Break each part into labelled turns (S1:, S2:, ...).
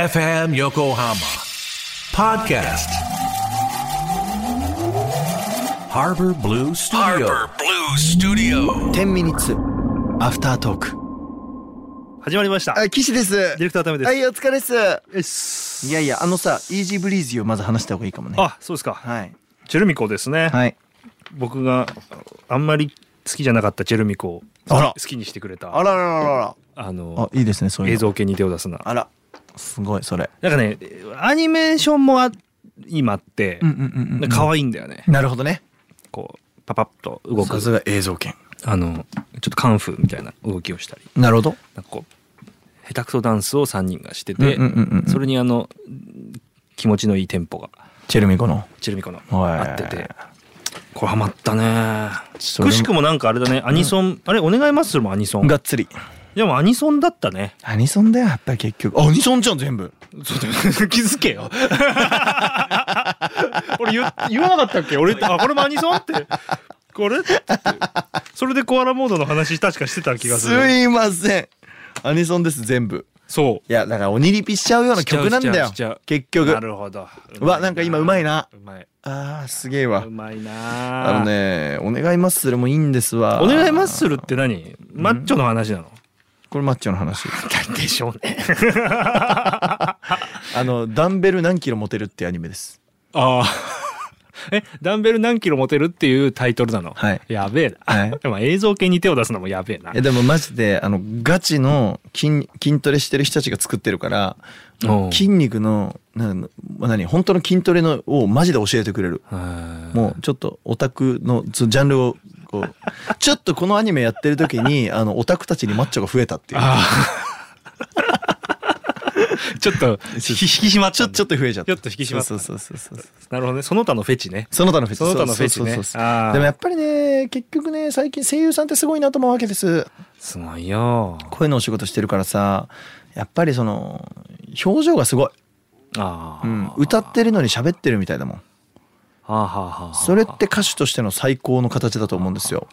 S1: FM Yokohama Podcast Harbor Blue Studio
S2: Harbor Blue Studio.
S3: 10ミニッツアフタートーク
S4: 始まりました。
S3: あ岸ですデ
S4: ディレクターためです。
S3: はいお疲れっす
S4: よし
S3: いやいやあのさイージーブリーズをまず話した方がいいかもね
S4: あ、そうですか。
S3: はい
S4: チェルミコですね。
S3: はい
S4: 僕があんまり好きじゃなかったチェルミコを
S3: あら
S4: 好きにしてくれた
S3: あ
S4: あ
S3: らららららあ
S4: の
S3: いいですねそういうの
S4: 映像系に手を出すな。
S3: あらすごいそれ
S4: なんかね、アニメーションもあ今あって
S3: うん、うんうんうん
S4: 可愛いんだよね。
S3: なるほどね
S4: こうパパッと動く
S3: さすが映像権
S4: あのちょっとカンフーみたいな動きをしたり、
S3: なるほど
S4: なんかこう下手くそダンスを三人がしてて
S3: うんうんうんうん、
S4: それにあの気持ちのいいテンポが
S3: チェルミコの
S4: チェルミコの
S3: はい
S4: 合ってて。これハマったね
S3: それ
S4: くしくもなんかあれだねアニソン、あれお願いマッスルもアニソン
S3: がっつり
S4: でもアニソンだったね
S3: アニソンだよやっぱり結局アニソンじゃん全部
S4: そうだよ気づけよ俺言言わなかったっけ俺あこれもアニソンってこれってそれでコアラモードの話確かしてた気がす
S3: す
S4: る
S3: いませんアニソンです全部
S4: そ
S3: いやだから鬼リピしちゃうような曲なんだよ
S4: しちゃうしちゃうしちゃう
S3: 結
S4: う
S3: 局
S4: なるほど
S3: うわなんか今うまいな
S4: うまい
S3: あーすげえわ
S4: うまいな
S3: あのね、お願いマッスルもいいんですわ。
S4: お願いマッスルって何マッチョの 話なの、
S3: これマッチョの話。
S4: でしょうね
S3: あの、ダンベル何キロ持てるっていうアニメです。
S4: ああ。 え、ダンベル何キロ持てるっていうタイトルなの。
S3: はい
S4: やべえな。
S3: はい
S4: でも映像系に手を出すのもやべえな。
S3: え、でもマジで、あの、ガチの筋、筋トレしてる人たちが作ってるから、
S4: おう
S3: 筋肉の、な何、本当の筋トレのをマジで教えてくれる。
S4: も
S3: もうちょっとオタクのずジャンルをこう ちょっとこのアニメやってる時にあのオタクたちにマッチョが増えたっていう
S4: う、ちょ っと、ひ引き締まっ
S3: ち
S4: ちゃ
S3: ょ
S4: っ
S3: ちょっと増えちゃった
S4: ちょっと引き締まった
S3: そうそうそうそうそう
S4: なるほどね。その他のフェチね。
S3: その他のフェチ
S4: その他のフェチね
S3: そうそうそうそう
S4: あー
S3: でもやっぱりね結局ね最近声優さんってすごいなと思うわけです
S4: すごいよ。
S3: 声のお仕事してるからさやっぱりその表情がすごい、
S4: あ
S3: う
S4: あ。
S3: ん、歌ってるのに喋ってるみたいだもん
S4: はあはあはあ。
S3: それって歌手としての最高の形だと思うんですよ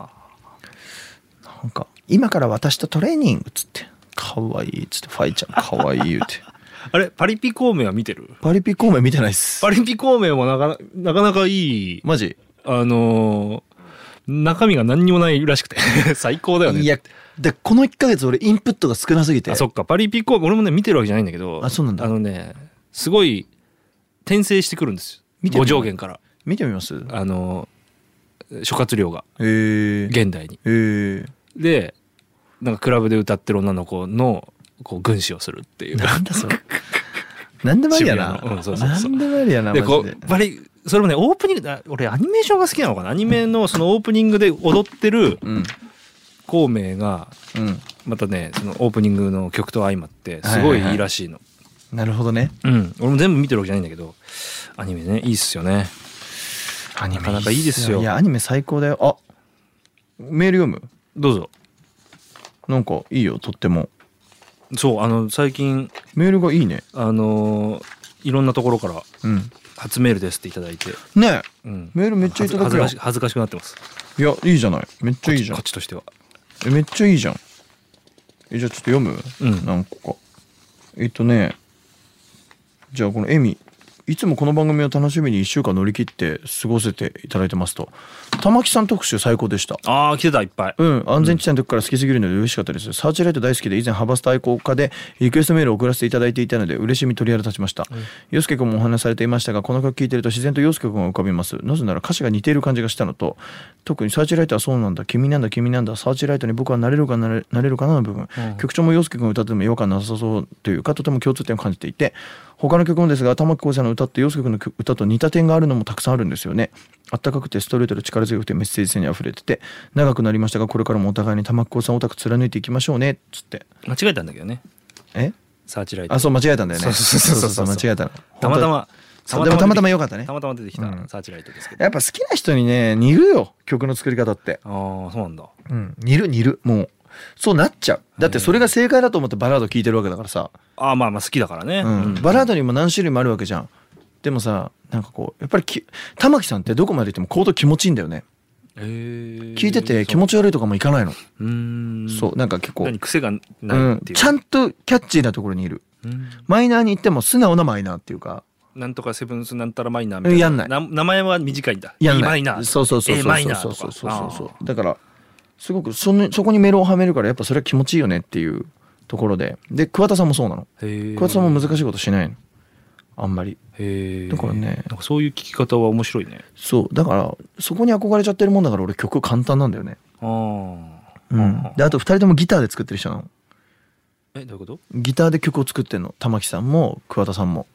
S3: なんか「今から私とトレーニング」っつって「かわいい」っつって「ファイちゃんかわいい」言う て
S4: あれ、パリピ孔明は見てる
S3: パリピ孔明見てないっす
S4: パリピ孔明もなかななかなかいい、
S3: マジ
S4: あのー中身が何にもないらしくて。 最高だよね。
S3: いやでこの1ヶ月俺インプットが少なすぎて
S4: あそっかパリピコ俺もね見てるわけじゃないんだけど
S3: あそうなんだ
S4: あのねすごい転生してくるんです
S3: 見
S4: よ
S3: てる
S4: 五条弦から
S3: 見てみます
S4: あの諸葛亮が
S3: えー、
S4: 現代に
S3: えー、
S4: でなんかクラブで歌ってる女の子のこう軍師をするっていう
S3: なんだそれ。 なんでもありやな。
S4: 渋谷のうんそうそうそ
S3: な
S4: う
S3: んでもありやな。
S4: で
S3: マ
S4: こ
S3: ジで
S4: うバリそれもねオープニングあ俺アニメーションが好きなのかなアニメのそのオープニングで踊ってる
S3: うん。
S4: 孔明が
S3: うん。
S4: またねそのオープニングの曲と相まってすごいいいらしいの、
S3: なるほどね。
S4: うん俺も全部見てるわけじゃないんだけどアニメねいいっすよね
S3: アニ
S4: なかなかいいですよ
S3: いや、アニメ最高だよ。あメール読む
S4: どうぞ
S3: なんかいいよ、とっても。
S4: そうあの最近
S3: メールがいいね。
S4: あのーいろんなところから
S3: うん。
S4: 「初メールです」っていただいて、
S3: ねえ
S4: うん、
S3: メールめっちゃいただく
S4: 恥ず
S3: よ
S4: かし。恥ずかしくなってます
S3: いや、いいじゃない。めっちゃいいじゃ
S4: こ
S3: ん
S4: っ。ちとしては
S3: えめっちゃいいじゃん。え、じゃあちょっと読む
S4: うん
S3: 何個か。えっとね、じゃあこのエミ。いつもこの番組を楽しみに1週間乗り切って過ごせていただいてますと玉木さん特集最高でした
S4: ああ来てたいっぱい
S3: うん、安全地帯の時から好きすぎるので嬉しかったです、サーチライト大好きで以前ハバスタ愛好家でリクエストメールを送らせていただいていたので嬉しみ鳥肌立ちました洋介、君もお話しされていましたがこの曲聴いてると自然と洋介君が浮かびますなぜなら歌詞が似ている感じがしたのと特にサーチライトはそうなんだ君なんだ君なんだサーチライトに僕はなれるかなれなれるかなの部分、曲調も洋介君が歌っても違和感なさそうというかとても共通点を感じていて他の曲もですが玉木浩二の歌って洋介君の曲歌と似た点があるのもたくさんあるんですよねあったかくてストレートで力強くてメッセージ性に溢れてて長くなりましたがこれからもお互いに玉木浩二さんオタク貫いていきましょうねっつって
S4: 間違えたんだけどね
S3: え
S4: サーチライト
S3: あそう間違えたんだよね
S4: そうそうそうそう
S3: 間違えたの
S4: たまたま
S3: そうでもたまたま良かったね
S4: たまたま出てきた
S3: うん
S4: サーチライトですけど、
S3: やっぱ好きな人にね似るよ曲の作り方って
S4: ああそうなんだ
S3: うん似る似るもうそうなっちゃうだってそれが正解だと思ってバラード聴いてるわけだからさ、
S4: ああまあまあ好きだからね、
S3: うん、バラードにも何種類もあるわけじゃんでもさなんかこうやっぱりき玉木さんってどこまで行ってもコード気持ちいいんだよね
S4: 聞
S3: 聞いてて気持
S4: ち
S3: ち悪いとかもいかないの、
S4: うーん
S3: そうなんか結構
S4: 何癖がないっ
S3: うん、
S4: ていう
S3: ちゃんとキャッチーなところにいる、マイナーに行っても素直なマイナーっていうか
S4: なんとかセブンスなんたらマイナーみたい
S3: やんな
S4: ない名前は短いんだ
S3: やん
S4: E
S3: ない
S4: マイナー
S3: そうそうそう
S4: A
S3: そう
S4: マイナー
S3: そ
S4: と
S3: う
S4: か
S3: そうそうそうそうだからすごくそのそこにメロをはめるからやっぱそれは気持ちいいよねっていうところでで桑田さんもそうなの
S4: あーへえ
S3: 桑田さんも難しいことしないのあんまり
S4: へえ
S3: だからね
S4: なんかそういう聞き方は面白いね
S3: そうだからそこに憧れちゃってるもんだから俺曲簡単なんだよね
S4: ああ
S3: うんであと2人ともギターで作ってる人なの
S4: えどういうこと
S3: ギターで曲を作ってんの玉木さんも桑田さんも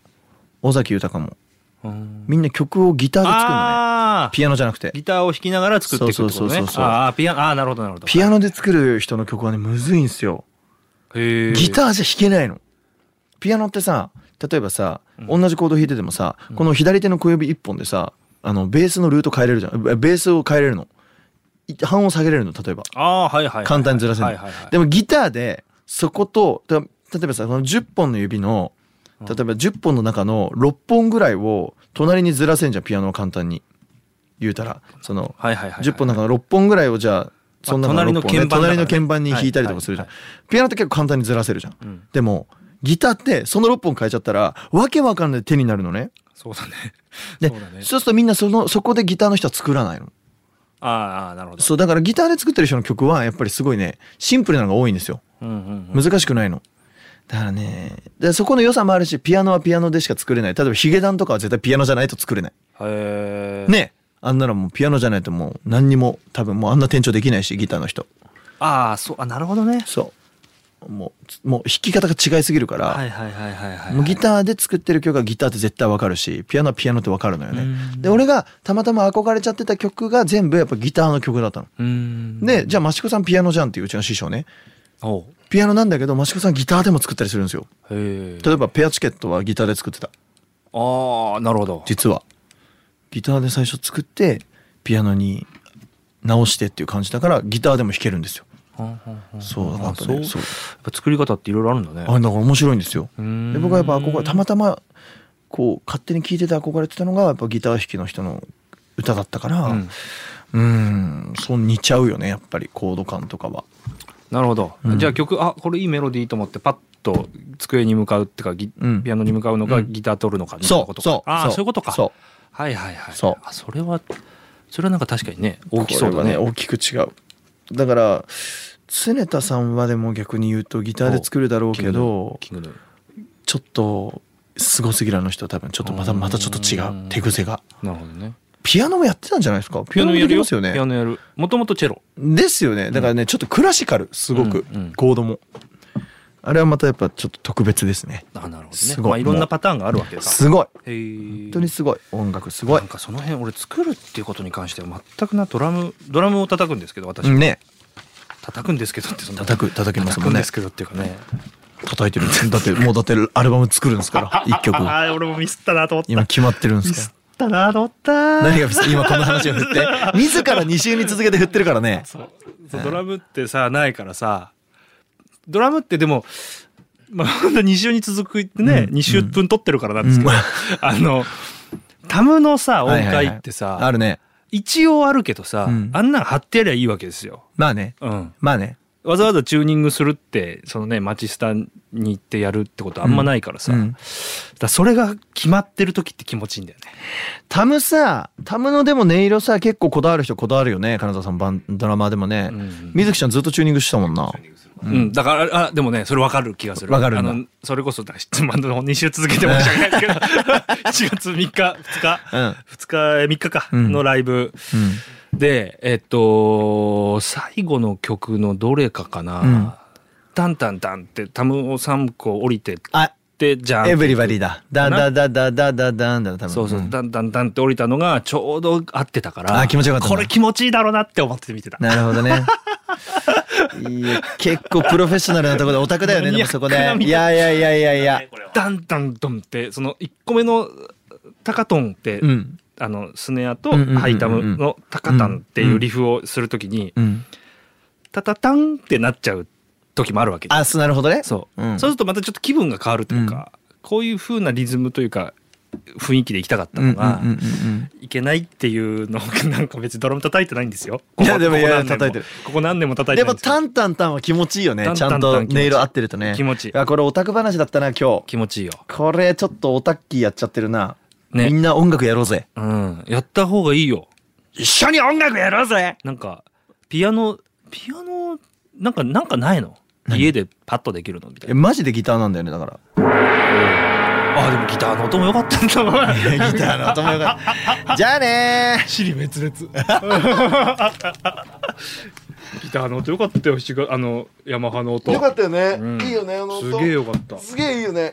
S3: 尾崎豊も
S4: あー
S3: みんな曲をギターで作るのね
S4: あー
S3: ピアノじゃなくて
S4: ギターを弾きながら作っていくってこと
S3: そうそうそ
S4: ね
S3: うそう
S4: ああピアノああなるほどなるほど
S3: ピアノで作る人の曲はねむずいんすよ
S4: へえ
S3: ギターじゃ弾けないのピアノってさ例えばさ同じコード弾いててもさこの左手の小指一本でさあのベースのルート変えれるじゃんえベースを変えれるのい半音下げれるの例えば
S4: ああーはいはいはい
S3: 簡単にずらせな
S4: はいいはいはい
S3: でもギターでそことた例えばさこの10本の指の例えば10本の中の6本ぐらいを隣にずらせんじゃんピアノは簡単に言うたらその
S4: はいはいはい
S3: 10本の中の6本ぐらいをじゃあその中の6本ね
S4: まあ
S3: 隣
S4: 隣の
S3: の鍵
S4: 鍵
S3: 盤
S4: 盤
S3: に
S4: だからね
S3: 弾いたりとかするじゃんピアノって結構簡単にずらせるじゃ
S4: ん
S3: んでもギターってその6本変えちゃったらわけわかんない手になるのね
S4: そうだね
S3: で
S4: そうだ
S3: そ
S4: ね
S3: うするとみんなそのそこでギターの人は作らないの
S4: あーあーなるほど
S3: そうだからギターで作ってる人の曲はやっぱりすごいねシンプルなのが多いんですよ
S4: うんうんうん
S3: 難しくないのだからねでそこの良さもあるしピアノはピアノでしか作れない例えばヒゲダンとかは絶対ピアノじゃないと作れない
S4: へえ
S3: ねあんなのもうピアノじゃないともう何にも多分もうあんな転調できないしギターの人
S4: ああそうあなるほどね
S3: そうもうつもう弾き方が違いすぎるから、
S4: はいはいはいはいはい
S3: もうギターで作ってる曲はギターって絶対わかるしピアノはピアノってわかるのよねで俺がたまたま憧れちゃってた曲が全部やっぱギターの曲だったの、
S4: うーん
S3: でじゃあ益子さんピアノじゃんっていううちの師匠ね
S4: おう
S3: ピアノなんだけど益子さんギターでも作ったりするんですよ
S4: へえ
S3: 例えばペアチケットはギターで作ってた
S4: ああなるほど
S3: 実はギターで最初作ってピアノに直してっていう感じだからギターでも弾けるんですよ
S4: はんはんはん
S3: そうだからやっぱ
S4: あ
S3: ね
S4: そ
S3: そう
S4: うやっぱ作り方っていろいろあるんだね
S3: あだから面白いんですよ
S4: ん
S3: で僕はやっぱ憧れたまたまこう勝手に聴いてて憧れてたのがやっぱギター弾きの人の歌だったからうんんそう似ちゃうよねやっぱりコード感とかは
S4: なるほど、じゃあ曲あこれいいメロディーと思ってパッと机に向かうってかギ、
S3: うん
S4: ピアノに向かうのか、
S3: うん
S4: ギター取るのかみたい
S3: そ
S4: な
S3: う
S4: ことか
S3: そう
S4: あ
S3: そ
S4: あそうういうことか
S3: そう
S4: はいはいはい
S3: そう
S4: あそれはそれはなんか確かにね大きそうだ
S3: これ
S4: ね
S3: は大きく違うだから常田さんはでも逆に言うとギターで作るだろうけど
S4: キングヌー
S3: ちょっとすごすぎるあの人は多分ちょっとまたまたちょっと違
S4: う
S3: うん手癖が
S4: なるほどね
S3: ピアノもやってたんじゃないですかピ
S4: ピ
S3: ア
S4: ア
S3: ノ
S4: ノ
S3: も
S4: や
S3: でき
S4: るよ
S3: ますよ
S4: ピア
S3: ね
S4: ノやるもともとチェロ
S3: ですよねだからねちょっとクラシカルすごく
S4: うんうん
S3: コードもあれはまたやっぱちょっと特別ですね
S4: あなるほどね
S3: すごい
S4: まあ、いろんなパターンがあるわけだ
S3: すごい
S4: へー
S3: 本当にすごい音楽すごい
S4: なんかその辺俺作るっていうことに関しては全くなドラムドラムを叩くんですけど私、
S3: うんね
S4: 叩くんですけどってそんな
S3: 叩く叩きます
S4: 叩
S3: も
S4: く
S3: ん
S4: ん
S3: ね
S4: ですけどっていうかね
S3: 叩いてるんですだってもうだってアルバム作るんです から一曲
S4: ああ俺もミスったなと思った
S3: 今決まってるんで
S4: ミ
S3: す
S4: ス
S3: か
S4: ったなと思った
S3: ら何がミス今この話を振って 自ら2週に続けて振ってるからね
S4: そうそうドラムってさないからさドラムってでもまあほんと2週に続くってね、
S3: うん
S4: 2週分取ってるからなんですけど、
S3: うん
S4: あのタムのさ音
S3: はいはいはい
S4: 階ってさ、
S3: あるね
S4: 一応あるけどさ、
S3: うん
S4: あんなん貼ってやりゃいいわけですよ。
S3: まあね
S4: うん、
S3: まあね
S4: わざわざチューニングするってそのねマチスタに行ってやるってことあんまないからさ、
S3: うん
S4: だからそれが決まってる時って気持ちいいんだよね。
S3: タムさタムのでも音色さ結構こだわる人こだわるよね金沢さんバンドラマーでもね
S4: ん
S3: 水木ちゃんずっとチューニングしてたもんな
S4: うん、だから、あ、でもね、それわかる気がする。
S3: わかるん
S4: あ
S3: だ
S4: の、それこそ、だから、まあ、2週続けて申し訳ない ですけど、7月3日、2日、
S3: うん
S4: 2日、え3日か、
S3: うん
S4: のライブ。
S3: うん
S4: で、えっと、最後の曲のどれかかな、
S3: ん
S4: タンタンタンって、タムを3個降りてっ
S3: あ
S4: て、じゃん。
S3: エブリバディ。だ。だだ
S4: かな
S3: だだだだだんだ多分。
S4: そうそう、
S3: ん
S4: タンタンタンって降りたのが、ちょうど合ってたから、
S3: あ気持ちよかったんだ
S4: これ気持ちいいだろうなって思って見てた。
S3: なるほどね。いや結構プロフェッショナルなところでオタクだよねでもそこで。い
S4: マニアックな見方
S3: やいやいやいやいや。
S4: ダンダンドンってその1個目のタカトンって、
S3: うん
S4: あのスネアと
S3: うんうんうんうん
S4: ハイタムのタカタンっていうリフをするときに
S3: うん。
S4: タタタンってなっちゃう時もあるわけです
S3: あそうなるほどね。
S4: そう,、
S3: うん
S4: そうするとまたちょっと気分が変わるというか、こういう風なリズムというか雰囲気で行きたかったのが、
S3: うんうんうん
S4: いけないっていうのをなんか別にドラム叩いてないんですよ。
S3: いやでも
S4: ここ
S3: いや
S4: ここ何年
S3: 叩いてる
S4: ここ何年も
S3: う
S4: 叩
S3: ん
S4: いて
S3: で
S4: な
S3: も
S4: いんですよ。
S3: タンタンタンは気持ちいいよね
S4: タン
S3: ちゃ
S4: タ
S3: ん
S4: ンタン
S3: と
S4: 気持ちい
S3: 音
S4: い
S3: 色合ってるとね
S4: 気持ちいい
S3: やこれオタク話だったな今日
S4: 気持ちいいよ。
S3: これちょっとオタッキーやっちゃってるな、
S4: ね
S3: みんな音楽やろうぜ
S4: うん。やった方がいいよ。
S3: 一緒に音楽やろうぜ
S4: なんか、ピアノ、ピアノ、なんか、なんかないの家でパッとできるのみたい
S3: えマジでギターなんだよねだから
S4: な。あ、でもギターの音も良かったんだもん。
S3: ギターの音もよかった。 じゃあね
S4: シリ滅 裂。ギターの音良かったよ、シガあの、ヤマハの音。
S5: よかったよね、
S4: うん
S5: いいよねあの
S4: す
S5: 音
S4: げえ良かった。
S5: すげえいいよね